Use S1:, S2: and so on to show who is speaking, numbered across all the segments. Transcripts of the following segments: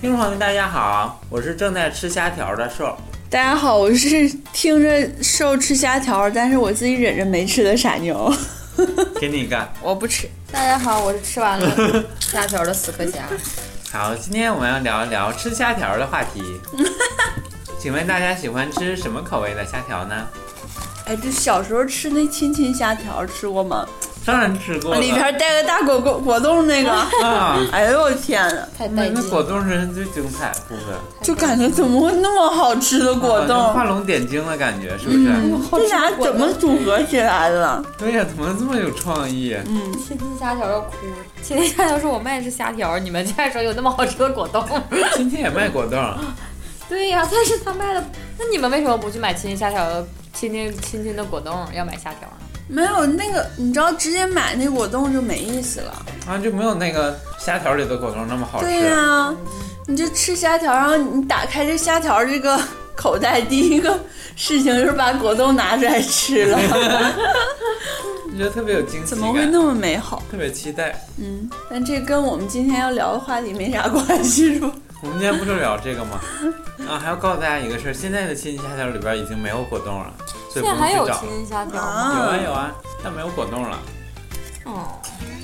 S1: 听众朋友们，大家好，我是正在吃虾条的瘦。
S2: 大家好，我是听着瘦吃虾条，但是我自己忍着没吃的傻妞，
S1: 给你一个。
S2: 我不吃。
S3: 大家好，我是吃 完了虾条的死磕侠。
S1: 好，今天我们要聊一聊吃虾条的话 题。请问大家喜欢吃什么口味的虾条呢？
S2: 哎，这小时候吃那亲亲虾条吃过吗？
S1: 当然吃过了。
S2: 里边带个大果果果冻 那个。
S1: 啊，
S2: 哎呦我天呐，
S3: 太带
S1: 那
S3: 劲
S1: 那果
S3: 了，
S1: 冻是最精彩的部分。
S2: 就感觉怎么会那么好吃的果
S1: 啊画
S2: 冻？嗯
S1: 龙点睛的感觉，是不是？
S2: 这俩怎么组合起来的？
S1: 对呀、怎么这么有创意？啊
S2: 嗯，
S3: 天津虾条要哭。天津虾条说：“我卖的是虾条，你们竟然说有那么好吃的果冻
S1: 今天也卖果冻，？”啊
S3: 对呀、但是他卖的，那你们为什么不去买天津虾条的？天津亲亲的果冻要买虾条呢？
S2: 没有那个，你知道直接买那果冻就没意思了。
S1: 啊，就没有那个虾条里的果冻那么好吃。
S2: 对呀、你就吃虾条，然后你打开这虾条这个 口袋，第一个事情就是把果冻拿出来吃了，
S1: 我觉得特别有惊喜感，
S2: 怎么会那么美好？
S1: 特别期待。
S2: 嗯，但这跟我们今天要聊的话题没啥关系，是吧？
S1: 我们今天不就聊这个吗？啊，还要告诉大家一个事儿，现在的亲戚虾条里边已经没有果冻了，所
S3: 现
S1: 以不
S3: 在
S1: 用
S3: 还有
S1: 去找
S3: 亲。嗯亲虾条吗？
S1: 有啊
S2: 啊，
S1: 有啊，但没有果冻了。
S3: 哦，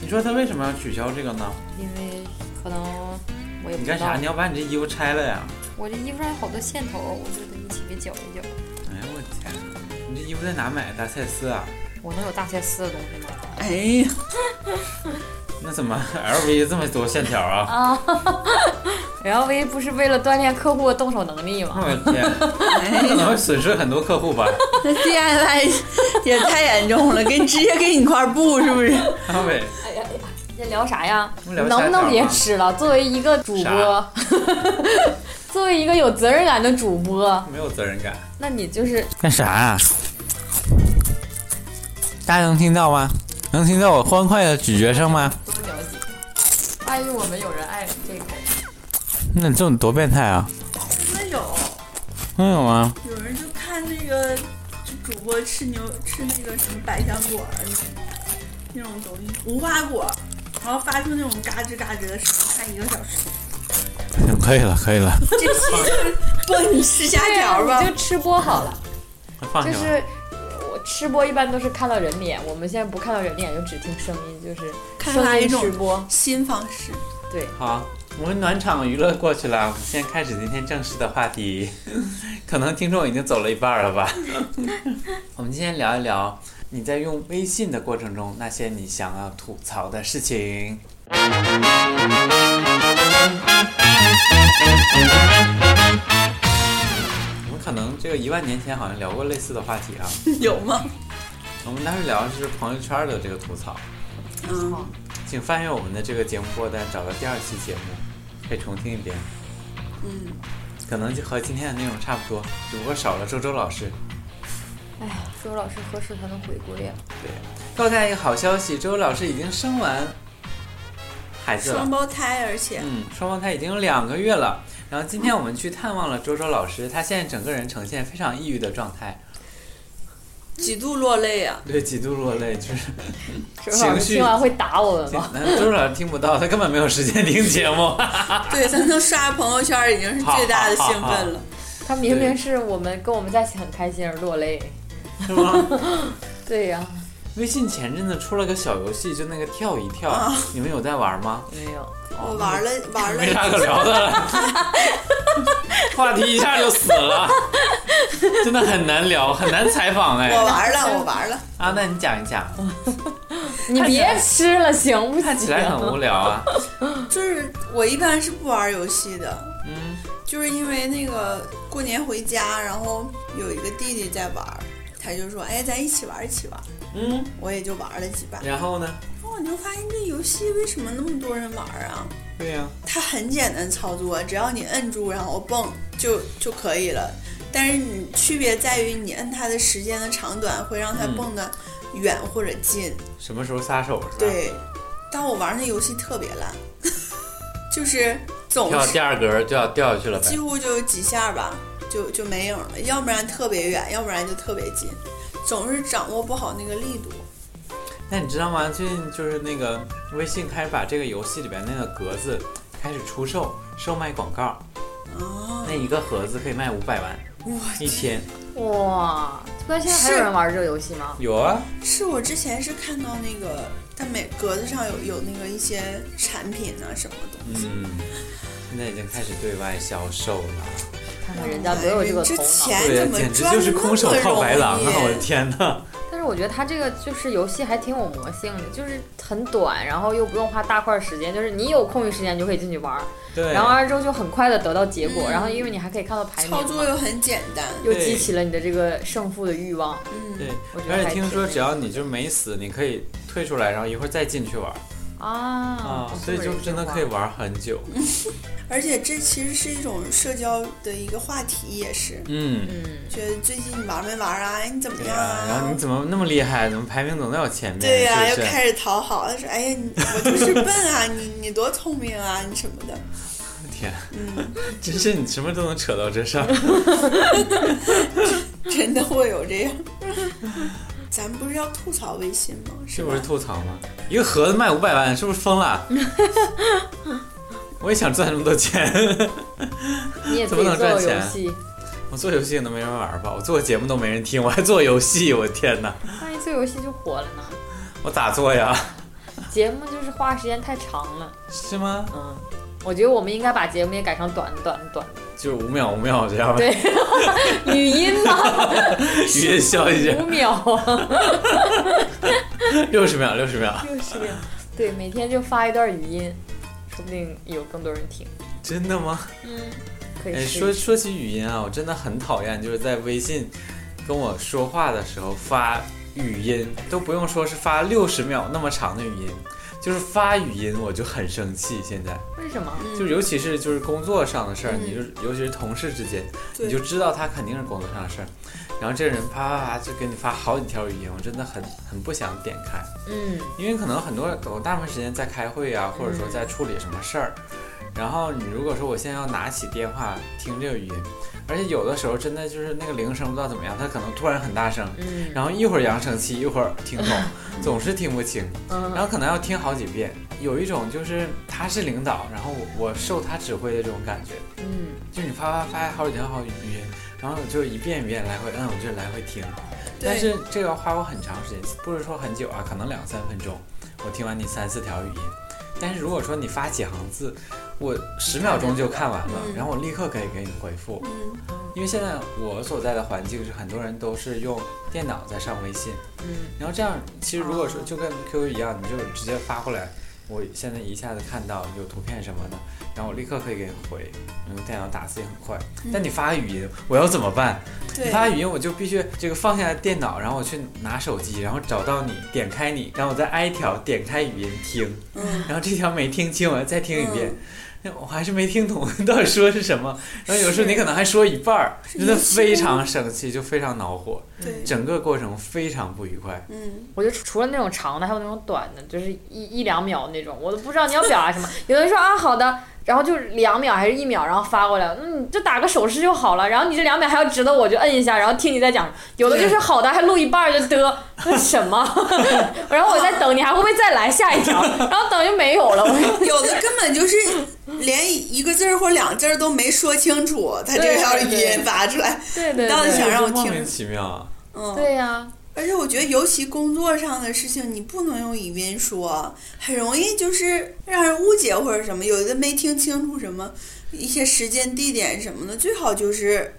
S1: 你说他为什么要取消这个呢？
S3: 因为可能我也不
S1: 你
S3: 知
S1: 干
S3: 道
S1: 啥？。你要把你这衣服拆了呀？
S3: 我这衣服上有好多线头，我就得一起给绞一绞。
S1: 哎呀，我天！你这衣服在哪买的？大菜市啊？
S3: 我能有大线丝的东西吗？
S2: 哎呀，
S1: 那怎么 LV 这么多线条啊？
S3: 啊， 然后 V 不是为了锻炼客户的动手能力吗？
S1: 我的天，那
S2: 哎
S1: 可能会损失很多客户吧？
S2: 那 DIY 也太严重了，给直接给你块布，是不是？
S1: 阿伟，
S3: 哎呀，哎呀，今天聊啥呀？
S1: 我聊
S3: 能不能别
S1: 下
S3: 吃了？作为一个主播， 作为一个有责任感的主播，
S1: 没有责任感。
S3: 那你就是
S1: 干啥、啊？大家能听到吗？能听到我欢快的咀嚼声吗？
S3: 多了解。爱我们有人爱这口，
S1: 那你这种多变态啊！
S2: 那有
S1: 没有啊，
S2: 有人就看那个主播吃牛吃那个什么百香果儿那种东西，无花果，然后发出那种嘎吱嘎吱的声，看一个小时。
S4: 行， 可以了，可以了。
S2: 这期就是不啊你吃虾条吧
S3: 啊你，就吃播好了。
S1: 放
S3: 就
S1: 下吧。
S3: 是我吃播一般都是看到人脸，我们现在不看到人脸，就只听声音，就是
S2: 看出来
S3: 声
S2: 一
S3: 音
S2: 种
S3: 吃播。
S2: 新方式。
S1: 好，我们暖场娱乐过去了，我们现在开始今天正式的话题。 可能听众已经走了一半了吧？ 我们今天聊一聊你在用微信的过程中那些你想要吐槽的事情。我们可能这个一万年前好像聊过类似的话题啊。
S2: 有吗？
S1: 我们当时聊的是朋友圈的这个吐槽。
S2: 嗯，
S1: 请翻阅我们的这个节目播单，找到第二期节目，可以重听一遍。
S2: 嗯，
S1: 可能就和今天的内容差不多，只不过少了周周老师。
S3: 哎呀，周老师何时才能回归呀、
S1: 告诉大家一个好消息，周周老师已经生完孩子了
S2: 双，胞胎，而且
S1: 嗯，双胞胎已经有两个月了。然后今天我们去探望了周周老师，他现在整个人呈现非常抑郁的状态，
S2: 几度落泪啊！
S1: 对，几度落泪，就是
S3: 周老
S1: 情
S3: 师
S1: 绪
S3: 听完会打我们吗？
S1: 周周老师听不到，他根本没有时间听节 目。
S2: 对，他能刷朋友圈已经是最大的兴奋了。
S3: 他明明是我们跟我们在一起很开心而落泪。
S1: 是吗？
S3: 对呀、
S1: 微信前阵子出了个小游戏，就那个跳一跳，
S2: 啊
S1: 你们有在玩吗？哦
S3: 没有，
S2: 我玩了玩
S1: 没
S2: 了，
S1: 啥可聊的了，话题一下就死了，真的很难聊，很难采访哎。
S2: 我玩了，我玩 了。
S1: 啊，那你讲一讲，
S3: 你别吃了，行不
S1: 看起来很
S3: 行？
S1: 无聊啊。
S2: 就是我一般是不玩游戏的，
S1: 嗯，
S2: 就是因为那个过年回家，然后有一个弟弟在玩，他就说：“哎，咱一起玩，一起玩。”
S1: 嗯，
S2: 我也就玩了几把，
S1: 然后呢？
S2: 然后我就发现这游戏为什么那么多人玩啊？
S1: 对呀、
S2: 它很简单操作，只要你摁住然后蹦就就可以了。但是你区别在于你摁它的时间的长短，会让它
S1: 嗯啊
S2: 蹦的远或者近。
S1: 什么时候撒手是吧？，
S2: 对，但我玩那游戏特别烂， 就是总
S1: 跳
S2: 是
S1: 第二格就要掉下去了呗
S2: 几。乎就有几下吧，就就没影了，要不然特别远，要不然就特别近，总是掌握不好那个力度。
S1: 那你知道吗？最近就是那个微信开始把这个游戏里边那个格子开始出售，售卖广告，
S2: 哦
S1: 那，一个盒子可以卖五百万，一天
S3: 哇，关键还有人玩这个游戏吗？
S1: 有啊，
S2: 是我之前是看到那个在每格子上有有那个一些产品啊什么东西，
S1: 嗯，现在已经开始对外销售了，
S3: 看看人家多有这个
S2: 哎
S3: 头
S2: 之
S3: 脑。
S2: 前
S1: 对
S2: 怎，么
S1: 简直就是空手套白狼啊！我的天 哪，
S3: 但是我觉得他这个就是游戏还挺有魔性的，就是很短，然后又不用花大块时间，就是你有空余时间你就可以进去玩，
S1: 对，啊
S3: 然后玩了之后就很快的得到结
S2: 嗯
S3: 果，然后因为你还可以看到排名
S2: 操作
S3: 嘛，
S2: 又很简单，
S3: 又激起了你的这个胜负的欲望。
S2: 嗯，
S1: 对
S3: 我觉，得
S1: 而且
S3: 还
S1: 听
S3: 挺
S1: 说
S3: 那
S1: 只要你就没死，你可以退出来，然后一会儿再进去玩
S2: 嗯
S3: 啊
S1: 啊，所以就真的可以。玩很久，
S2: 而且这其实是一种社交的一个话题，也是。
S1: 嗯。
S3: 嗯，
S2: 觉得最近你玩没玩啊？你怎么
S1: 对
S2: 样
S1: 呀、然后你怎么那么厉害？怎么排名总在我前面？
S2: 对呀、
S1: 是不
S2: 又
S1: 是？
S2: 开始讨好。他说：“哎呀，你我就是 笨啊，你你多聪明啊，你什么的。
S1: 天，”啊
S2: 嗯，
S1: 真是你什么都能扯到这上。
S2: 真的会有这样。 咱不是要吐槽微信吗？
S1: 是
S2: 吧
S1: 不是吐槽吗？一个盒子卖五百万，是不是疯了？我也想赚这么多钱，
S3: 你也
S1: 怎么
S3: 可以
S1: 能
S3: 做
S1: 赚
S3: 游
S1: 钱
S3: 戏，
S1: 我做游戏也能没人玩吧？我做节目都没人听，我还做游戏，我天哪，
S3: 万一做游戏就火了呢？
S1: 我咋做呀？
S3: 节目就是花时间太长了，
S1: 是吗？
S3: 嗯。我觉得我们应该把节目也改成短短短的，
S1: 就五秒五秒这 样吧，
S3: 对，语音 嘛，
S1: 语音消一下
S3: 五，秒 啊，
S1: 六十秒六十秒，
S3: 六十秒，对，每天就发一段语音，说不定有更多人听。
S1: 真的吗？
S3: 嗯，可以
S1: 哎，
S3: 试一
S1: 说说起语音啊，我真的很讨厌，就是在微信跟我说话的时候发语音，都不用说是发六十秒那么长的语音，就是发语音我就很生气。现在
S3: 为什么？
S1: 就尤其是就是工作上的事儿，
S2: 嗯
S1: 你就尤其是同事之间，
S2: 对
S1: 你就知道他肯定是工作上的事儿，然后这个人啪啪啪就给你发好几条语音，我真的很很不想点开。
S3: 嗯，
S1: 因为可能很多我大部分时间在开会啊，或者说在处理什么事儿，然后你如果说我现在要拿起电话听这个语音，而且有的时候真的就是那个铃声不知道怎么样，它可能突然很大声，
S3: 嗯，
S1: 然后一会儿扬声器，一会儿听懂，总是听不清，
S3: 嗯，
S1: 然后可能要听好几遍。有一种就是他是领导，然后我我受他指挥的这种感觉，
S3: 嗯，
S1: 就你发发发好几条好语音，然后我就一遍一遍来回摁，我就来回听。但
S2: 对，
S1: 是这个要花我很长时间，不是说很久啊，可能两三分钟，我听完你三四条语音。但是如果说你发几行字，我十秒钟就看完了，
S2: 嗯
S1: 然后我立刻可以给你回复。
S2: 嗯，
S1: 因为现在我所在的环境是很多人都是用电脑在上微信，
S3: 嗯，
S1: 然后这样其实如果说
S3: 哦
S1: 就跟 QQ 一样，你就直接发过来，我现在一下子看到有图片什么的，然后我立刻可以给你回，然后电脑打字也很快。但你发语音，我要怎么办？你
S2: 嗯对，
S1: 发语音，我就必须这个放下电脑，然后我去拿手机，然后找到你，点开你，然后我再挨条点开语音 听，
S2: 嗯，
S1: 然后这条没听清，我要再听一 遍。那我还是没听懂到底说是什么，然后有时候你可能还说一半儿，
S2: 是
S1: 真的
S2: 一个
S1: 非
S2: 失误
S1: 常生气，就非常恼火，
S2: 对，
S1: 整个过程非常不愉快。
S2: 嗯，
S3: 我就除了那种长的，还有那种短的，就是一一两秒那种，我都不知道你要表达什么。有的人说啊好的，然后就两秒还是一秒，然后发过来，嗯，你就打个手势就好了。然后你这两秒还要指的我就摁一下，然后听你在讲。有的就是好的，还录一半儿就得，那什么？ 然后我在等你还会不会再来下一条， 然后等就没有了。我
S2: 有的根本就是连一个字儿或两字儿都没说清楚，他这
S3: 对
S2: 条语
S3: 对
S2: 音发出来，
S3: 对对
S2: 到底想
S3: 对，
S2: 让我
S1: 莫
S2: 听
S1: 名其妙啊！
S2: 嗯，
S3: 对呀、
S2: 而且我觉得，尤其工作上的事情，你不能用语音说，很容易就是让人误解或者什么。有的没听清楚什么一些时间、地点什么的，最好就是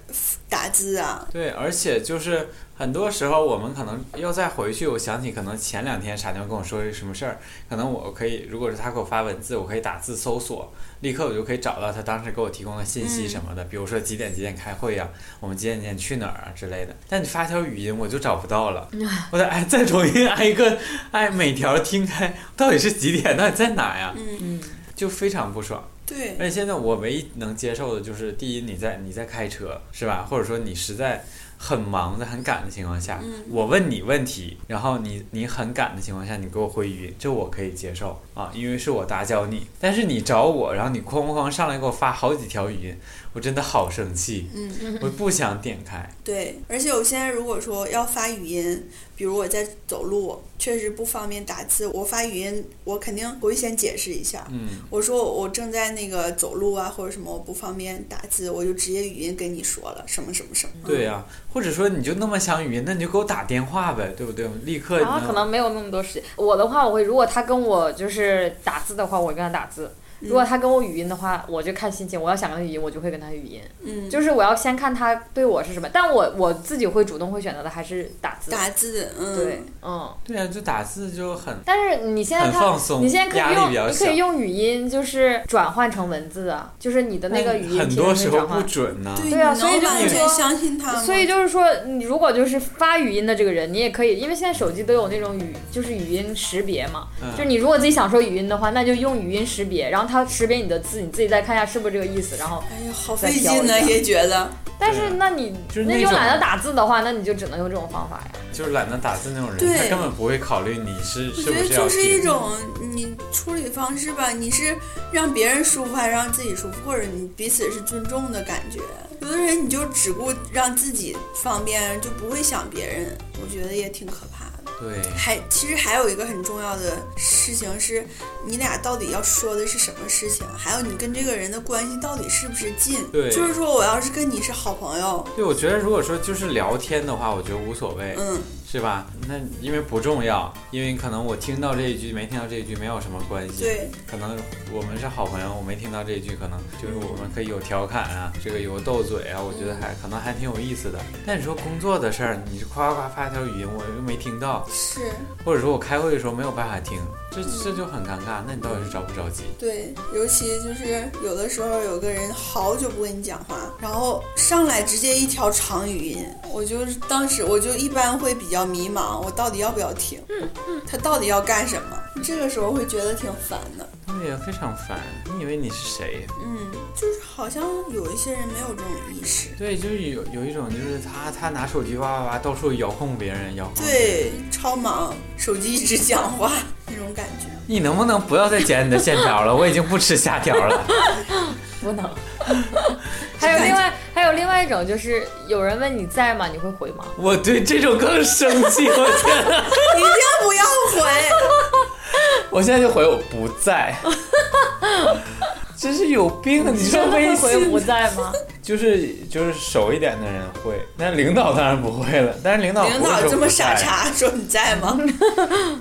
S2: 打字啊。
S1: 对，而且就是很多时候我们可能要再回去，我想起可能前两天傻妞跟我说一什么事儿，可能我可以，如果是他给我发文字，我可以打字搜索，立刻我就可以找到他当时给我提供的信息什
S2: 嗯
S1: 么的，比如说几点几点开会呀、啊我们几点几点去哪儿啊之类的。但你发条语音我就找不到了， 我得哎再重新挨个哎每条听开，到底是几点，到底在哪呀、
S2: 嗯，
S3: 嗯，
S1: 就非常不爽。
S2: 对，
S1: 而且现在我唯一能接受的就是，第一，你在你在开车是吧？或者说你实在很忙的、很赶的情况下，
S2: 嗯
S1: 我问你问题，然后你你很赶的情况下，你给我回语音，这我可以接受啊，因为是我打搅你。但是你找我，然后你哐哐哐上来给我发好几条语音，我真的好生气，
S2: 嗯，
S1: 我不想点开。
S2: 对。而且我现在如果说要发语音，比如我在走路，确实不方便打字，我发语音，我肯定我会先解释一下。
S1: 嗯，
S2: 我说我正在那那个走路啊或者什么我不方便打字，我就直接语音跟你说了什么什么什么。
S1: 对呀、
S3: 嗯
S1: 或者说你就那么想语音，那你就给我打电话呗，对不对？我立刻
S3: 然后可能没有那么多时间。我的话，我会如果他跟我就是打字的话，我会跟他打字；
S2: 嗯
S3: 如果他跟我语音的话，我就看心情。我要想跟他语音，我就会跟他语音。
S2: 嗯，
S3: 就是我要先看他对我是什么，但我我自己会主动会选择的还是打字。
S2: 打字，嗯，
S3: 对，嗯，
S1: 对啊呀、就打字就很
S3: 但是你现在
S1: 很
S3: 他
S1: 放，松，
S3: 你现在可
S1: 压
S3: 以
S1: 力比
S3: 用，
S1: 较
S3: 你
S1: 小
S3: 可以。用语音，就是转换成文字啊，就是你的那个语
S1: 嗯
S3: 音
S1: 很
S3: 贴
S1: 多
S3: 的
S1: 时
S3: 那
S1: 候
S3: 转
S1: 不
S3: 换。
S1: 准呢、
S2: 对，
S3: 对啊
S2: 你
S3: 所以
S2: 能
S3: 就是
S2: 完全
S3: 说
S2: 相信他吗？
S3: 所以就是说，你如果就是发语音的这个人，你也可以，因为现在手机都有那种语，就是语音识别嘛。就
S1: 嗯，
S3: 是你如果自己想说语音的话，那就用语音识别，然后它识别你的字，你自己再看一下是不是这个意思。然后，
S2: 哎呀，好
S3: 再
S2: 费
S3: 挑
S2: 劲
S3: 一
S2: 呢，
S3: 下
S2: 也觉得。
S3: 但是那你
S1: 啊就是
S3: 那
S1: 那
S3: 就
S1: 种
S3: 懒得打字的话，那你就只能用这种方法呀。
S1: 就是懒得打字那种人，
S2: 对
S1: 他根本不会考虑你是
S2: 我
S1: 是
S2: 觉
S1: 不
S2: 得
S1: 要
S2: 就是一
S1: 听。
S2: 种你处理方式吧，你是让别人舒服还是让自己舒服，或者你彼此是尊重的感觉。有的人你就只顾让自己方便，就不会想别人，我觉得也挺可怕的。
S1: 对，
S2: 还其实还有一个很重要的事情是，你俩到底要说的是什么事情，还有你跟这个人的关系到底是不是近。
S1: 对
S2: 就是说我要是跟你是好朋友，
S1: 对，我觉得如果说就是聊天的话，我觉得无所谓，
S2: 嗯，
S1: 是吧？那因为不重要，因为可能我听到这一句没听到这一句没有什么关系。
S2: 对，
S1: 可能我们是好朋友，我没听到这一句，可能就是我们可以有调侃啊，
S2: 嗯
S1: 这个有斗嘴啊，我觉得还可能还挺有意思的。但你说工作的事儿，你就夸夸夸发条语音，我又没听到，
S2: 是。
S1: 或者说我开会的时候没有办法听，这这就很尴尬。那你到底是着不着急？
S2: 对，尤其就是有的时候有个人好久不跟你讲话，然后上来直接一条长语音，我就是当时我就一般会比较迷茫，我到底要不要听？他到底要干什么？这个时候会觉得挺烦的。
S1: 那也非常烦。你以为你是谁？
S2: 嗯，就是好像有一些人没有这种意识。
S1: 对，就是有有一种就是他他拿手机哇哇哇到处遥控别人，遥控别人。
S2: 对，超忙，手机一直讲话那种感 觉。
S1: 你能不能不要再剪你的线条了？我已经不吃虾条了。
S3: 不能。 还有 另外还有另外一种就是，有人问你在吗？你会回吗？
S1: 我对这种更生气，我天呐！
S2: 一定不要回，
S1: 我现在就回我不在，真是有病！ 啊你说
S3: 真的
S1: 微
S3: 会回不
S1: 信
S3: 在吗？
S1: 就是就是熟一点的人会，但领导当然不会了。但是领导
S2: 领
S1: 不会
S2: 导
S1: 说
S2: 这么
S1: 不
S2: 傻
S1: 在，
S2: 叉说你在吗？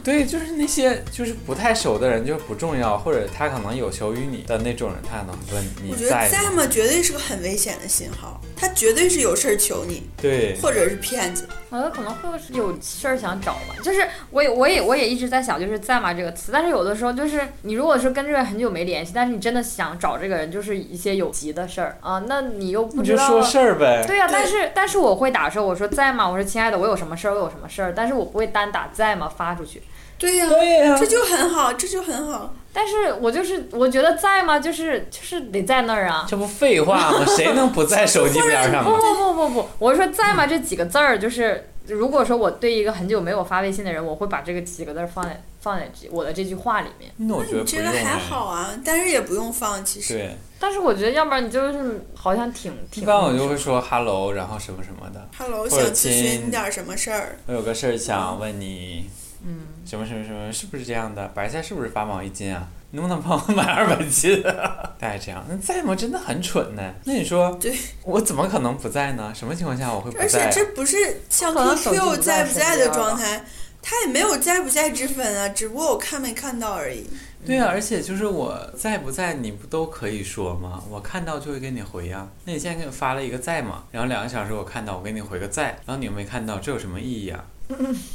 S1: 对，就是那些就是不太熟的人，就是不重要，或者他可能有求于你的那种人，他可能问你
S2: 我觉得在
S1: 吗？
S2: 吗绝对是个很危险的信号，他绝对是有事儿求你，
S1: 对，
S2: 或者是骗子。
S3: 我觉得可能会有事儿想找吧，就是我也我也我也一直在想，就是“在吗”这个词，但是有的时候就是你如果是跟这个人很久没联系，但是你真的想找这个人，就是一些有急的事儿啊，那你又不
S1: 你
S3: 知
S1: 就
S3: 道
S1: 说事儿呗。
S3: 对呀、
S2: 对
S3: 但是但是我会打说，我说在吗？我说亲爱的，我有什么事儿，我有什么事儿，但是我不会单打在吗发出去。
S2: 对呀、
S1: 对呀、
S2: 这就很好，这就很好。
S3: 但是我就是我觉得在吗？就是就是得在那儿啊。
S1: 这不废话 吗？谁能不在手机边上
S3: 不
S1: 啊？
S3: 不不不不，我说在吗这几个字儿，就是如果说我对一个很久没有发微信的人，我会把这个几个字儿放在放在这我的这句话里面。
S1: 那我觉
S2: 你
S1: 得不
S2: 这
S1: 用、
S2: 个还
S1: 哎。
S2: 好啊，但是也不用放，其实。
S1: 对，
S3: 但是我觉得，要不然你就是好 像挺挺
S1: 一般我就会说 hello，然后什么什么的。
S2: Hello，
S1: 者
S2: 想咨询
S1: 亲
S2: 你点什么事儿？
S1: 我有个事儿想问你，嗯，什么什么什么，是不是这样的？白菜是不是八毛一斤啊？能不能帮我买二百斤、 啊？大概这样。那在吗？真的很蠢呢。那你说，
S2: 对，
S1: 我怎么可能不在呢？什么情况下我会不
S2: 而
S1: 在
S2: 且
S1: 啊？
S2: 这不是像
S3: 可能手机
S2: QQ
S3: 不
S2: 在
S3: 在
S2: 不
S3: 身
S2: 在的
S3: 边
S2: 状
S3: 吧
S2: 态，他也没有在不在之分啊，只不过我看没看到而已。
S1: 对啊，而且就是我在不在，你不都可以说吗？我看到就会给你回呀、那你现在给我发了一个在嘛，然后两个小时我看到，我给你回个在，然后你又没看到，这有什么意义啊？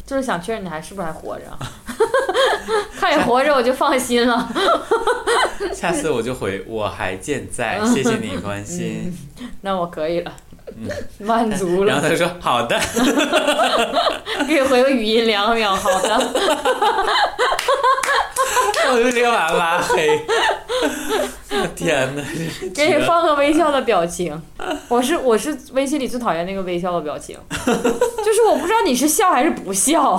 S3: 就是想确认你还是不是还活着，啊 看你活着我就放心了。
S1: 下次我就回我还健在， 谢谢你关心。
S2: 嗯
S3: 那我可以了， 满足
S1: 嗯然后
S3: 了，
S1: 他说好的，
S3: 给回个语音两秒，好的。
S1: 我就直接把他拉黑。 我天哪，
S3: 给
S1: 绝
S3: 你
S1: 了
S3: 放个微笑的表情。我是我是微信里最讨厌那个微笑的表情，就是我不知道你是笑还是不笑。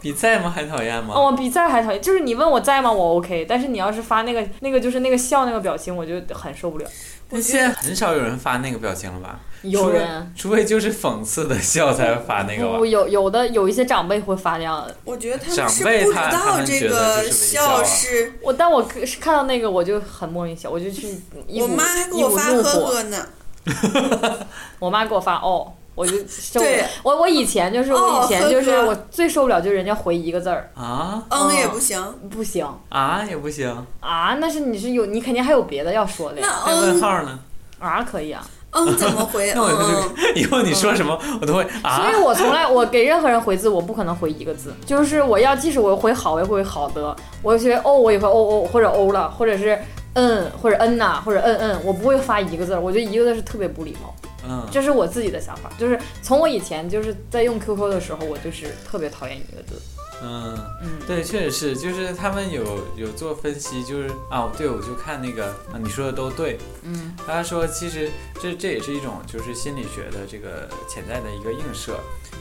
S1: 比在吗还讨厌吗？
S3: 哦，我比在还讨厌，就是你问我在吗，我 OK，但是你要是发那个那个就是那个笑那个表情，我就很受不了。
S1: 那现在很少有人发那个表情了吧？
S3: 有人哦
S1: 除非，除非就是讽刺的笑才会发那个吧
S3: 不。有有的有一些长辈会发那样的，
S2: 我觉得他们
S1: 长
S2: 是
S1: 辈
S2: 不知
S1: 他他
S2: 道
S1: 们
S2: 这
S1: 觉得
S2: 个
S1: 这是微笑
S2: 笑
S1: 啊
S2: 是
S3: 我但我是看到那个我就很莫名一宿，我就去一
S2: 我
S3: 股
S2: 妈还给
S3: 一
S2: 我
S3: 股
S2: 发
S3: 怒
S2: 呵
S3: 火，
S2: 呵呢。
S3: 我妈给我发哦，我就受不
S2: 对
S3: 了。我我以前就是
S2: 哦
S3: 我以前
S2: 呵
S3: 就是
S2: 呵
S3: 我最受不了就是人家回一个字儿
S1: 啊
S2: 嗯，
S3: 嗯
S2: 也不行。
S3: 不行
S1: 啊也不行，
S3: 啊，那是你是有你肯定还有别的要说的呀
S2: 那
S1: 还有问
S2: 嗯
S1: 号 呢。
S3: 啊，可以啊。
S2: 嗯怎么回？
S1: 那我
S2: 嗯
S1: 就是以后你说什么我都会
S3: 所
S1: 啊
S3: 以我从来我给任何人回字，我不可能回一个 字，就是我要即使我回好，我也会回好的，我学哦，我也会哦哦，或者哦了，或者是嗯，或者嗯呐、或者嗯嗯，我不会发一个字儿，我觉得一个字儿是特别不礼貌，
S1: 嗯
S3: 这是我自己的想法，就是从我以前就是在用 QQ 的时候，我就是特别讨厌一个字，
S1: 嗯。
S3: 嗯，
S1: 对，确实是，就是他们有有做分析，就是啊，对，我就看那个啊，你说的都对，
S3: 嗯，
S1: 他说其实这这也是一种就是心理学的这个潜在的一个映射，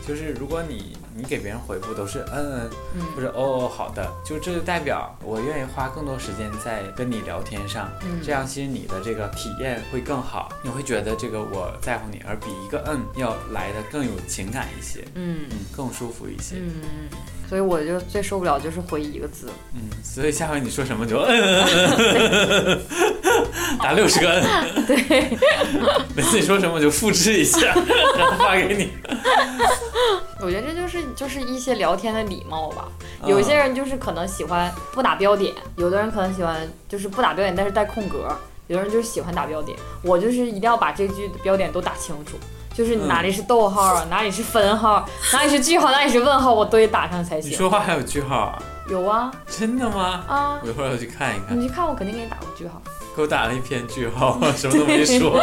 S1: 就是如果你你给别人回复都是嗯嗯
S3: 嗯
S1: 或者哦哦好的，就这就代表我愿意花更多时间在跟你聊天上，
S3: 嗯
S1: 这样其实你的这个体验会更好，你会觉得这个我在乎你，而比一个嗯要来的更有情感一些，
S3: 嗯
S1: 嗯，更舒服一些，
S3: 嗯，所以我就最受不了就是回一个字，
S1: 嗯，所以下回你说什么就嗯嗯 嗯嗯，打六十个嗯，
S3: 对，
S1: 每次你说什么我就复制一 下，然后发给你。
S3: 我觉得这就是就是一些聊天的礼貌吧。
S1: 嗯
S3: 有一些人就是可能喜欢不打标点，有的人可能喜欢就是不打标点，但是带空格，有的人就是喜欢打标点。我就是一定要把这句标点都打清楚，就是
S1: 嗯
S3: 哪里是逗号啊，哪里是分号，哪里是句号，哪里是问号，我都得打上才
S1: 你
S3: 行。
S1: 说话还有句号啊？
S3: 有啊
S1: 真的吗？
S3: 啊
S1: 我，一会儿要去看一看
S3: 你。去看我肯定给你打过句号。
S1: 给我打了一篇句号，什么都没说。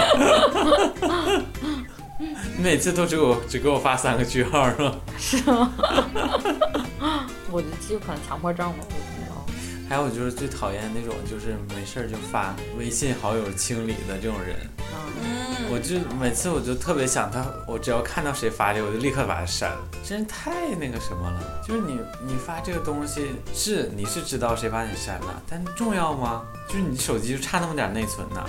S1: 你每次都只给我只给我发三个句号是吗？
S3: 我这有可能强迫症吧，我不知道。
S1: 还有就是最讨厌那种就是没事儿就发微信好友清理的这种人，
S3: 嗯
S2: 嗯，
S1: 我就每次我就特别想他，我只要看到谁发这个，我就立刻把他删了，真是太那个什么了。就是你你发这个东西是你是知道谁把你删了，但重要吗？就是你手机就差那么点内存呢、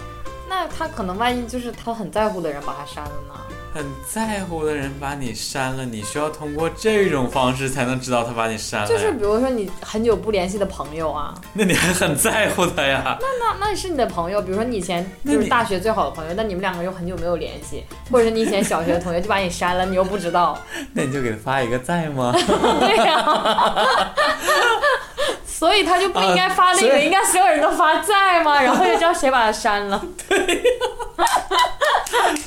S3: 那他可能万一就是他很在乎的人把他删了呢？
S1: 很在乎的人把你删了，你需要通过这种方式才能知道他把你删了哎呀。
S3: 就是比如说你很久不联系的朋友啊，
S1: 那你还很在乎他呀？
S3: 那那是你的朋友，比如说你以前
S1: 那
S3: 就是
S1: 你
S3: 大学最好的朋友，但你们两个又很久没有联系，或者是你以前小学的同学就把你删了，你又不知道，
S1: 那你就给他发一个在 吗？
S3: 对呀、 所以他就不应该发那个，
S1: 啊所以
S3: 应该所有人都发在吗？然后就知道谁把他删 了。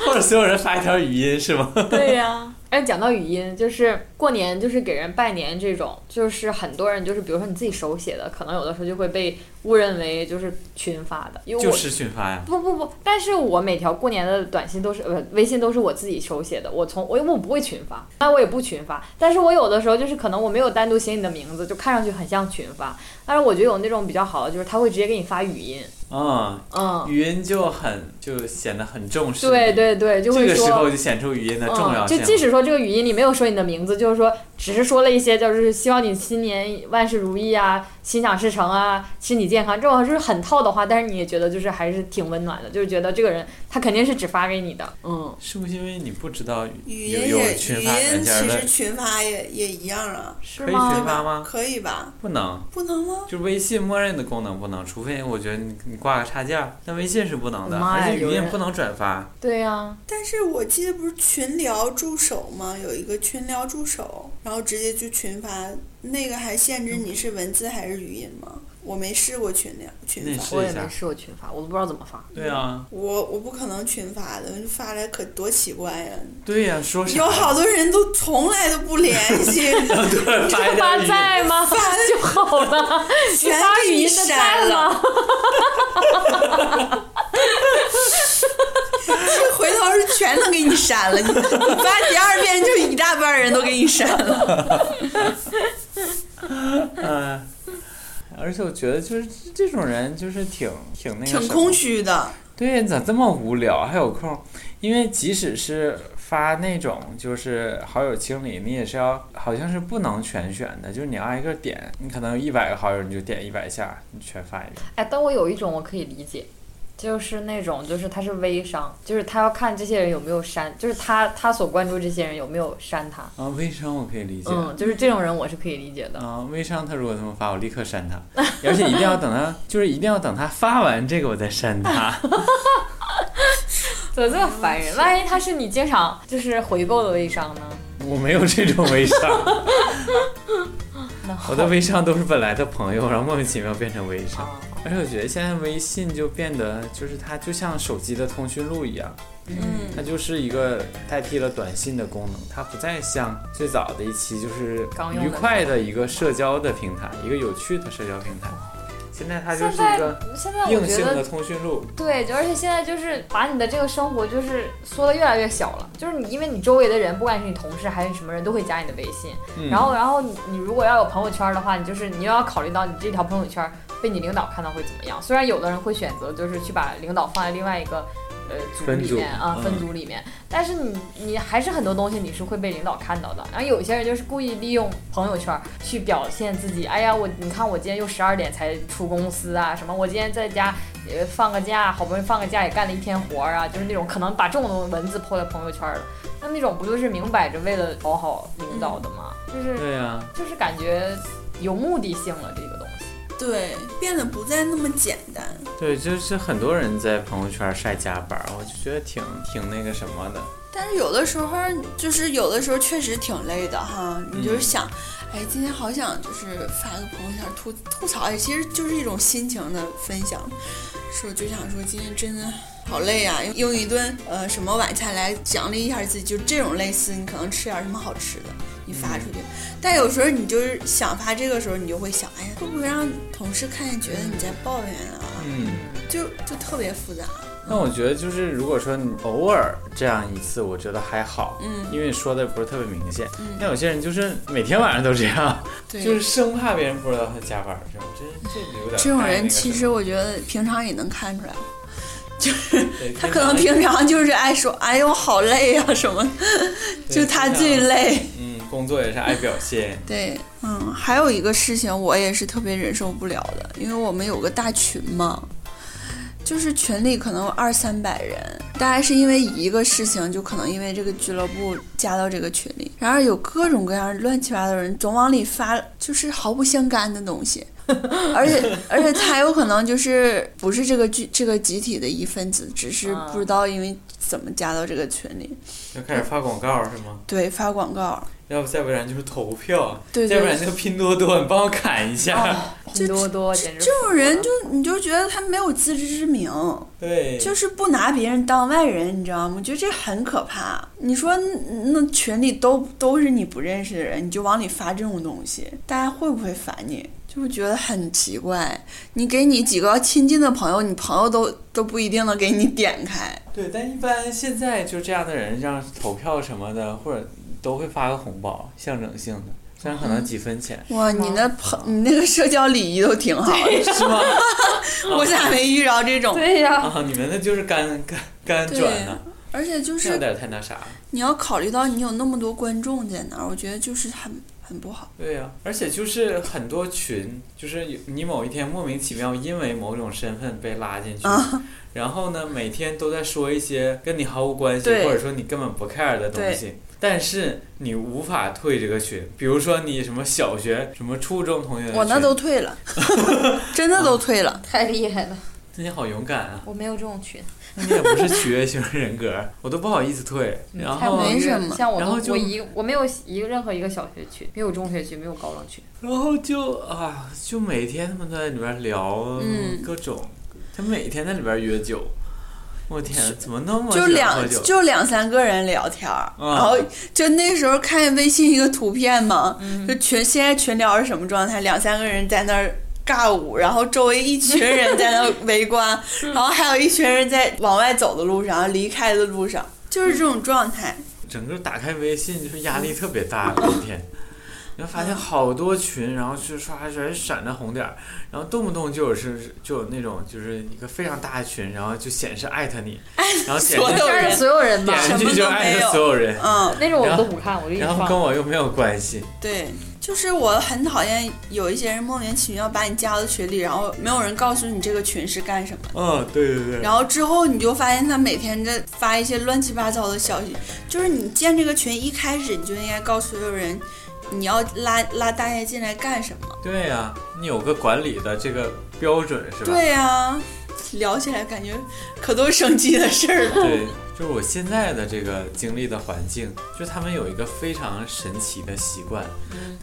S1: 或者所有人发一条语音是吗？
S3: 对呀、哎，讲到语音，就是过年，就是给人拜年这种，就是很多人就是，比如说你自己手写的，可能有的时候就会被误认为就是群发的， 因为我
S1: 就是群发呀。
S3: 不不不，但是我每条过年的短信都是呃微信都是我自己手写的，我从我因为我不会群发，那我也不群发，但是我有的时候就是可能我没有单独写你的名字，就看上去很像群发，但是我觉得有那种比较好的就是他会直接给你发语音，
S1: 嗯，
S3: 嗯，
S1: 语音就很就显得很重视。
S3: 对。对对，就
S1: 这
S3: 会
S1: 个时候
S3: 说。
S1: 就显出语音的重
S3: 嗯，
S1: 要
S3: 就
S1: 性。
S3: 即使说这个语音里没有说你的名字，就是说只是说了一些，就是希望你新年万事如意啊，心想事成啊，身体健康这种就是很套的话，但是你也觉得就是还是挺温暖的，就是觉得这个人他肯定是只发给你的，嗯，
S1: 是不是因为你不知道
S2: 语
S1: 有
S2: 音
S1: 有
S2: 也
S1: 群
S2: 语
S1: 发软
S2: 音
S1: 件
S2: 其
S1: 的
S2: 实群发也也一样啊，
S3: 是
S1: 可以群
S3: 吗？
S1: 发吗？
S2: 可以吧？
S1: 不能，
S2: 不能吗？
S1: 就微信默认的功能不能，除非我觉得你你挂个插件儿，但微信是不能的，
S3: 妈呀
S1: 而且语
S3: 有
S1: 音
S3: 人
S1: 不能转发。
S3: 对呀、
S2: 但是我记得不是群聊助手吗？有一个群聊助手，然后直接就群发，那个还限
S1: 嗯
S2: 制你是文字还是语音吗？我没试过群聊
S1: 那
S2: 群
S1: 你
S2: 发，
S1: 试
S3: 我
S1: 一
S3: 也
S1: 下
S3: 没。试过群发，我都不知道怎么发。
S1: 对啊，
S2: 我我不可能群发的，就发来可多奇怪呀、
S1: 对呀、说啥？
S2: 有好多人都从来都不联 系，
S1: 对，发一条
S3: 发
S1: 语音。
S3: 在吗？就好了，你
S2: 全
S3: 发
S2: 给
S3: 语
S2: 你
S3: 音的
S2: 删
S3: 在
S2: 了。
S3: 吗？
S2: 这 回头是全都给你删了，你你发第二遍就一大半人都给你删了。
S1: 嗯，而且我觉得就是这种人就是挺挺那个
S2: 挺
S1: 什么
S2: 空虚的，
S1: 对呀，你咋这么无聊？还有空？因为即使是发那种就是好友清理，你也是要好像是不能全选的，就是你要挨个点，你可能有一百个好友你就点一百下，你全发一遍。
S3: 哎，但我有一种我可以理解，就是那种，就是他是微商，就是他要看这些人有没有删，就是他他所关注这些人有没有删他。
S1: 啊，微商我可以理解。
S3: 嗯，就是这种人我是可以理解的。
S1: 啊、微商他如果这么发，我立刻删他，而且一定要等他，就是一定要等他发完这个我再删他。
S3: 怎么这么烦人？万一他是你经常就是回购的微商呢？
S1: 我没有这种 微商，
S3: 那好
S1: 我的微商都是本来的朋友，然后莫名其妙变成微商。
S3: 啊，
S1: 而且我觉得现在微信就变得，就是它就像手机的通讯录一样，
S2: 嗯，
S1: 它就是一个代替了短信的功能，它不再像最早的一期就是
S3: 刚用的
S1: 愉快的一个社交的平台，一个有趣的社交平台。现在它就是
S3: 现在
S1: 一个
S3: 嗯现在我
S1: 硬
S3: 觉
S1: 性的
S3: 得
S1: 通讯录，
S3: 对，就而且现在就是把你的这个生活就是缩的越来越小了，就是你因为你周围的人，不管是你同事还是什么人都会加你的微信，
S1: 嗯、
S3: 然后，然后你你如果要有朋友圈的话，你就是你又要考虑到你这条朋友圈被你领导看到会怎么样。虽然有的人会选择就是去把领导放在另外一个呃组
S1: 分
S3: 里
S1: 组
S3: 面啊
S1: 嗯
S3: 分组里面，但是你你还是很多东西你是会被领导看到的。然后有些人就是故意利用朋友圈去表现自己，哎呀我你看我今天又十二点才出公司啊，什么我今天在家呃放个假，好不容易放个假也干了一天活儿啊，就是那种可能把这种东文字抛在朋友圈了。那那种不就是明摆着为了讨好领导的吗？就是
S1: 嗯对啊呀、
S3: 就是感觉有目的性了这个东 西。
S2: 对，变得不再那么简单。
S1: 对，就是很多人在朋友圈晒加班儿，我就觉得挺挺那个什么的。
S2: 但是有的时候，就是有的时候确实挺累的哈。你就是想，哎，今天好想就是发个朋友圈吐吐槽，哎，其实就是一种心情的分享。说就想说今天真的好累啊，用用一顿呃什么晚餐来奖励一下自己，就这种类似你可能吃点什么好吃的，你发出去。但有时候你就是想发这个时候，你就会想，哎呀，会不会让同事看见，觉得你在抱怨啊？
S1: 嗯，
S2: 就就特别复杂。
S1: 那我觉得就是如果说你偶尔这样一次，我觉得还好，
S2: 嗯，
S1: 因为说的不是特别明显。
S2: 嗯
S1: 但有些人就是每天晚上都这样，
S2: 对，
S1: 就是生怕别人不知道他加班儿，这种这这有点
S2: 这种
S1: 太那
S2: 人
S1: 个
S2: 其
S1: 什
S2: 实
S1: 么
S2: 我觉得平常也能看出来，就是
S1: 对
S2: 他可能
S1: 平常
S2: 平常就是爱说“哎呦好累呀、什么的，
S1: 对
S2: 就他最
S1: 平常
S2: 累。
S1: 嗯工作也是爱表 现，
S2: 对，嗯，还有一个事情我也是特别忍受不了的，因为我们有个大群嘛，就是群里可能有二三百人，大家是因为一个事情，就可能因为这个俱乐部加到这个群里，然而有各种各样乱七八糟的人总往里发，就是毫不相干的东西。而且而且他有可能就是不是这个聚这个集体的一份子，只是不知道因为怎么加到这个群里，
S1: 就开始发广告是吗？
S2: 对，发广告，
S1: 要不再不然就是投票，
S2: 对哦
S1: 再
S2: 对
S1: 不然就拼多多，你帮我砍一下。
S3: 啊，拼多多简直
S2: 这种人就你就觉得他没有自知之明，
S1: 对，
S2: 就是不拿别人当外人，你知道吗？我觉得这很可怕。你说嗯那那群里都都是你不认识的人，你就往里发这种东西，大家会不会烦你？就会觉得很奇怪。你给你几个亲近的朋友，你朋友都都不一定能给你点开。
S1: 对，但一般现在就这样的人，让投票什么的，或者都会发个红包，象征性的，虽然可
S2: 嗯
S1: 能几分钱，
S2: 哇，你那朋你那个社交礼仪都挺好的，
S1: 是吗？
S2: 我咋没遇着这种？
S3: 对呀、
S1: 啊，你们那就是干干干转呢、
S2: 而且就
S1: 这有
S2: 是
S1: 点太那啥了。
S2: 你要考虑到你有那么多观众在那儿，我觉得就是很很不好。
S1: 对呀、而且就是很多群，就是有你某一天莫名其妙因为某种身份被拉进去，
S2: 啊
S1: 然后呢，每天都在说一些跟你毫无关系，
S2: 对
S1: 或者说你根本不 care 的东西，但是你无法退这个群。比如说你什么小学、什么初中同学的群，
S2: 我那都退了， 真的都退了。
S3: 太厉害了，
S1: 那你好勇敢啊！
S3: 我没有这种群，
S1: 你也不是取悦型人格， 我都不好意思退。然
S3: 太
S1: 后
S3: 无
S2: 嗯没
S3: 语了
S2: 什么
S3: 像我
S1: 然后
S3: 都
S1: 就
S3: 我一个我没有一个任何一个小学群，没有中学群，没有高中群，
S1: 然后就啊，就每天他们都在里边聊
S2: 嗯
S1: 各种，他每天在里边约酒，我天，怎么那么
S2: 就
S1: 喜欢喝
S2: 两
S1: 酒？
S2: 就两三个人聊天儿，
S1: 啊
S2: 然后就那时候看见微信一个图片嘛，
S3: 嗯
S2: 就群现在群聊是什么状态？两三个人在那儿尬舞，然后周围一群人在那儿围观，然后还有一群人在往外走的路上、离开的路上，就是这种状态。
S1: 整个打开微信就是压力特别大，每天你会发现好多群，然后是刷全闪着红点儿，然后动不动就有是就有那种就是一个非常大的群，然后就显示艾特你，然后点
S2: 所
S1: 进
S2: 有
S3: 但
S2: 人
S3: 是所有人吧
S1: 点，进去就艾特所有人，
S2: 嗯，
S3: 那种我都不看，我就一直
S1: 然后
S3: 放
S1: 跟。我又没有关系，
S2: 对，就是我很讨厌有一些人莫名其妙把你加到群里，然后没有人告诉你这个群是干什么的。
S1: 嗯，对对对，
S2: 然后之后你就发现他每天在发一些乱七八糟的消息，就是你建这个群一开始你就应该告诉所有人，你要拉拉大家进来干什么？
S1: 对呀、你有个管理的这个标准是吧？
S2: 对呀、聊起来感觉可多生机的事 儿了。
S1: 对，就是我现在的这个经历的环境，就是他们有一个非常神奇的习惯，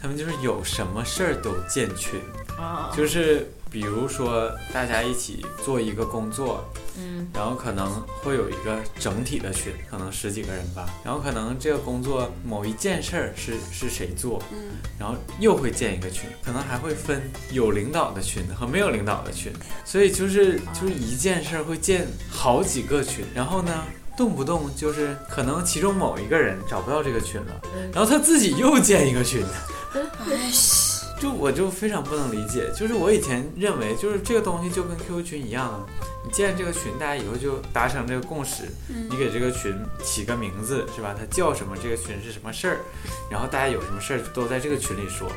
S1: 他们就是有什么事儿都建群，
S3: 啊，
S1: 就是比如说大家一起做一个工作，
S3: 嗯
S1: 然后可能会有一个整体的群，可能十几个人吧，然后可能这个工作某一件事儿是是谁做，
S2: 嗯，
S1: 然后又会建一个群，可能还会分有领导的群和没有领导的群，所以就是就是一件事儿会建好几个群，然后呢，动不动就是可能其中某一个人找不到这个群了，然后他自己又建一个群，
S2: 哎，
S1: 就我就非常不能理解，就是我以前认为就是这个东西就跟 QQ 群一样啊，你建这个群，大家以后就达成这个共识，
S2: 嗯
S1: 你给这个群起个名字是吧？它叫什么？这个群是什么事儿？然后大家有什么事儿都在这个群里说。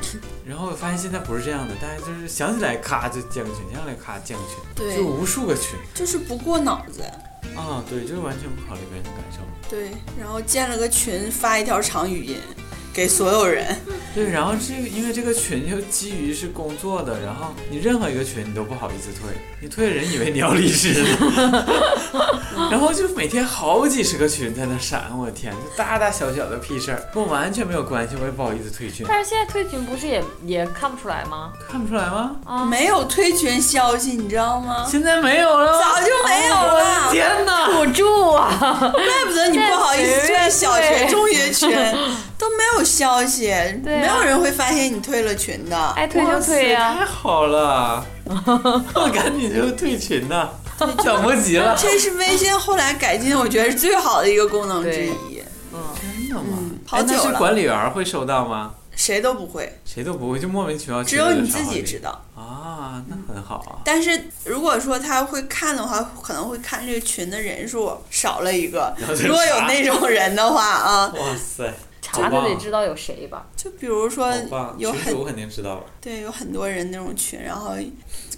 S1: 然后我发现现在不是这样的，大家就是想起来咔就建个群，想起来咔建个群，
S2: 对
S1: 就，无数个群
S2: 就是不过脑子。
S1: 啊、对，就是完全不考虑别人的感受。
S2: 对，然后建了个群，发一条长语音给所有人。
S1: 对，然后这个因为这个群就基于是工作的，然后你任何一个群你都不好意思退，你退了人以为你要离职了， 然后就每天好几十个群在那闪，我的天，就大大小小的屁事儿跟我完全没有关系，我也不好意思退群，
S3: 但是现在退群不是也也看不出来吗？
S1: 看不出来吗？
S3: 啊，
S2: 没有退群消息，你知道吗？
S1: 现在没有了，
S2: 早就没有
S1: 我的
S2: 了，
S1: 天哪！
S3: 堵住 啊！
S2: 怪不得你不好意思
S3: 这
S2: 退小学、
S3: 对
S2: 中学群都没有消息，
S3: 对啊哎
S2: 没有人会发现你退了群的。
S3: 爱退就退啊
S1: 哇
S3: 呀、
S1: 塞太好了， 我赶紧就退群呐，等不及了，
S2: 这是微信后来改进，我觉得是最好的一个功能之一，
S1: 真的吗
S2: 嗯？
S1: 哎
S2: 好久
S1: 那
S2: 了
S1: 是管理员会收到吗？
S2: 谁都不会，
S1: 谁都不会，就莫名其妙
S2: 只
S1: 觉得
S2: 有
S1: 这是啥好礼，
S2: 你自己知道。
S1: 啊，那很好啊。
S2: 但是如果说他会看的话，可能会看这个群的人数少了一个
S1: 然后。就
S2: 如果有
S1: 查
S2: 那种人的话啊，
S1: 哇塞，
S3: 查都得知道有谁吧？
S2: 就比如说
S1: 好棒！
S2: 嗯有
S1: 群
S2: 很
S1: 主肯定知道了。
S2: 对有很多人那种群，然后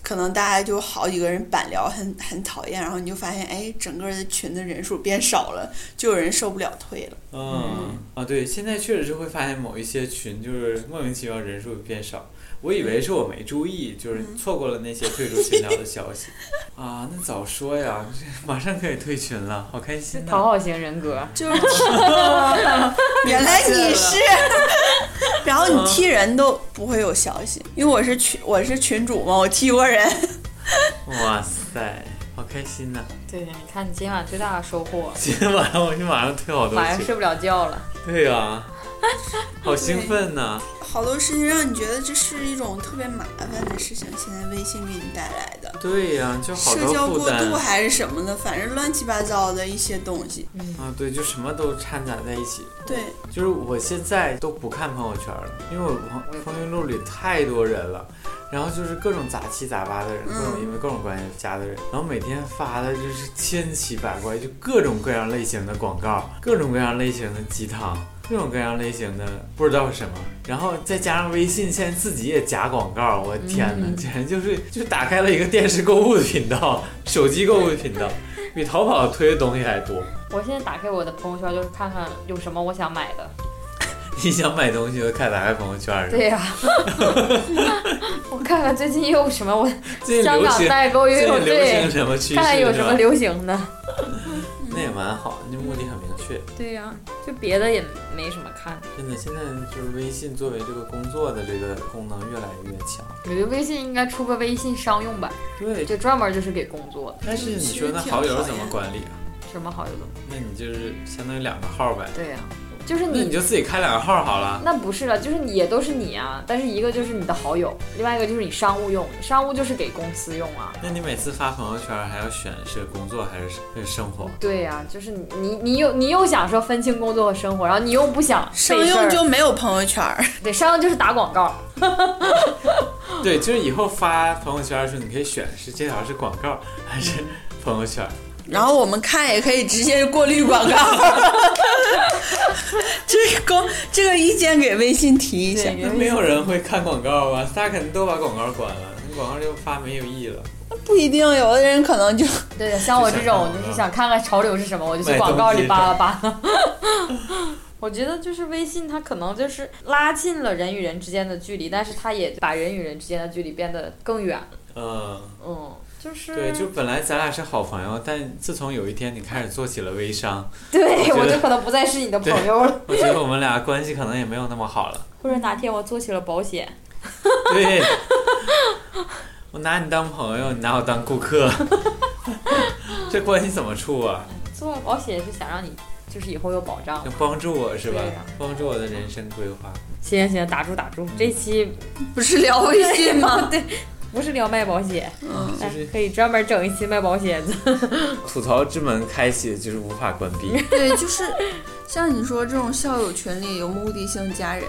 S2: 可能大家就好几个人板聊，很很讨厌，然后你就发现哎，整个的群的人数变少了，就有人受不了退了。
S1: 嗯啊，对，现在确实是会发现某一些群就是莫名其妙人数变少，我以为是我没注意，就是
S2: 嗯
S1: 错过了那些退出群聊的消息。啊，那早说呀，这马上可以退群了，好开心
S3: 讨
S1: 呐！
S3: 好型人格，
S2: 就是 原来你是，然后你踢人都不会有消息，因为我是群我是群主嘛，我踢过人。
S1: 哇塞，好开心呐！
S3: 对，你看你今晚最大的收获，
S1: 今天晚上我就马上退好多
S3: 晚上
S1: 群，
S3: 睡不了觉了。
S1: 对呀、好兴奋呐、
S2: 好多事情让你觉得这是一种特别麻烦的事情，现在微信给你带来的
S1: 对呀、就好
S2: 社交
S1: 多
S2: 过
S1: 负担
S2: 度还是什么的，反正乱七八糟的一些东西。
S1: 啊，对，就什么都掺杂在一起。
S2: 对，
S1: 就是我现在都不看朋友圈了，因为我朋朋友录里太多人了，然后就是各种杂七杂八的人，各种因为各种关系加的人，然后每天发的就是千奇百怪，就各种各样类型的广告，各种各样类型的鸡汤，各种各样类型的不知道是什么，然后再加上微信现在自己也夹广告，我的天哪，
S3: 嗯
S1: 简直就是就打开了一个电视购物的频道， 手机购物的频道， 比淘宝推的东西还多。
S3: 我现在打开我的朋友圈，就是看看有什么我想买的。
S1: 你想买东西就看打开朋友圈 儿，
S3: 对 呀、我看看最近又有什么我
S1: 最近
S3: 香
S1: 流
S3: 港
S1: 行
S3: 代购又
S1: 最
S3: 有
S1: 近流行
S3: 对，
S1: 什么趋势？
S3: 看看有什
S1: 是
S3: 么
S1: 吧
S3: 流行的。
S1: 那也蛮好，那目的很明确。
S3: 对呀、就别的也没什么看。
S1: 真的，现在就是微信作为这个工作的这个功能越来越强。
S3: 我觉得微信应该出个微信商用版，
S1: 对，
S3: 就专门就是给工作的，
S1: 但是你说那好友怎么管理啊？
S3: 什么好友怎么？
S1: 那你就是相当于两个号呗。
S3: 对呀、就是
S1: 那你就自己开两个号好了。
S3: 那不是了，就是你也都是你啊，但是一个就是你的好友，另外一个就是你商务用，商务就是给公司用啊。
S1: 那你每次发朋友圈还要选是工作还是是生活？
S3: 对呀、就是你你你又你又想说分清工作和生活，然后你又不想
S2: 商
S3: 这事
S2: 用
S3: 儿
S2: 就没有朋友圈儿，
S3: 对商用就是打广告，
S1: 对，就是以后发朋友圈的时候，你可以选是这条是广告还是朋友圈。
S2: 然后我们看也可以直接过滤广 告。这个公这个意见给微信提一下，
S1: 那没有人会看广告吧？大家肯定都把广告关了，那广告就发没有意义了。
S2: 不一定，有的人可能就
S3: 对对，像我这种
S1: 就想看广告
S3: 就是想看看潮流是什么，我就去广告里扒拉扒 拉。 我觉得就是微信，它可能就是拉近了人与人之间的距离，但是它也把人与人之间的距离变得更远了。
S1: 嗯，
S3: 嗯，就是
S1: 对，就本来咱俩是好朋友，但自从有一天你开始做起了微商，
S3: 对
S1: 我
S3: 我
S1: 觉得
S3: 就可能不再是你的朋友了，
S1: 我觉得我们俩关系可能也没有那么好了。
S3: 或者哪天我做起了保险。
S1: 对，我拿你当朋友，你拿我当顾客， 这关系怎么处啊？
S3: 做了保险是想让你就是以后有保障
S1: 要。帮助我是吧
S3: 对呀？
S1: 帮助我的人生规划。
S3: 行行行，打住打住，这期
S2: 不是聊微信吗？对，
S3: 哦不是聊卖保险，
S2: 嗯，
S1: 就是
S3: 哎可以专门整一期卖保险的。哎
S1: 吐槽之门开启就是无法关 闭。
S2: 对，就是像你说这种校友群里有目的性加人，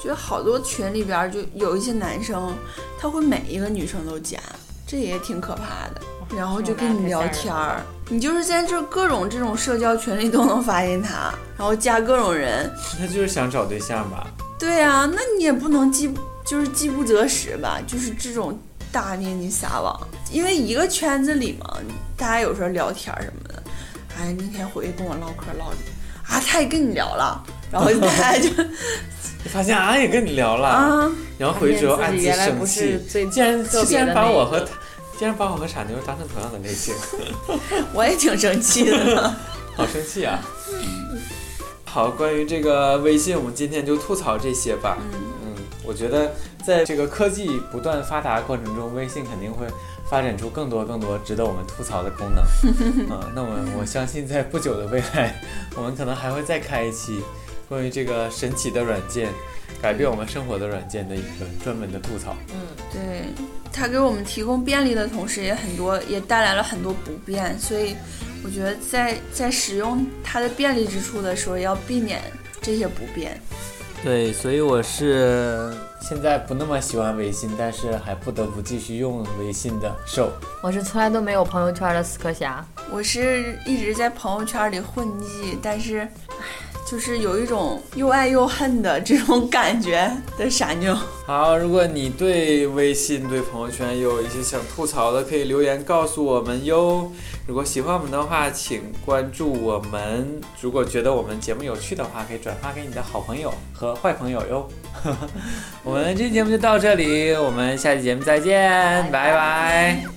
S2: 觉得好多群里边儿就有一些男生，他会每一个女生都加，这也挺可怕的。然后就跟你聊天儿，你就是在这各种这种社交群里都能发现他，然后加各种人。
S1: 他就是想找对象吧？
S2: 对啊，那你也不能饥，就是饥不择食吧，就是这种大面积撒网，因为一个圈子里嘛，大家有时候聊天儿什么的，哎，那天回去跟我唠嗑唠着，啊，他也跟你聊了，然后大家就
S1: 发现俺也跟你聊了，
S2: 啊，
S1: 然后回去之后暗自
S3: 原来
S1: 生
S3: 不是
S1: 气，
S3: 最
S1: 竟然
S3: 特
S1: 竟
S3: 别的
S1: 然把
S3: 那
S1: 我
S3: 一
S1: 和
S3: 个
S1: 他，竟然把我和傻妞当成同样的类型，
S2: 我也挺生气的呢。
S1: 好生气啊！好，关于这个微信，我们今天就吐槽这些吧。
S2: 嗯，
S1: 嗯，我觉得在这个科技不断发达过程中，微信肯定会发展出更多更多值得我们吐槽的功能。啊、那么我相信在不久的未来，我们可能还会再开一期关于这个神奇的软件。改变我们生活的软件的一个专门的吐槽，
S2: 对，他给我们提供便利的同时，也很多也带来了很多不便，所以我觉得在在使用它的便利之处的时候，要避免这些不便。
S1: 对，所以我是现在不那么喜欢微信，但是还不得不继续用微信的手。
S3: 我是从来都没有朋友圈的死磕侠。
S2: 我是一直在朋友圈里混迹，但是，唉就是有一种又爱又恨的这种感觉的傻妞。
S1: 好，如果你对微信、对朋友圈有一些想吐槽的，可以留言告诉我们哟。如果喜欢我们的话，请关注我们。如果觉得我们节目有趣的话，可以转发给你的好朋友和坏朋友哟。 我们这期节目就到这里，我们下期节目再见，拜拜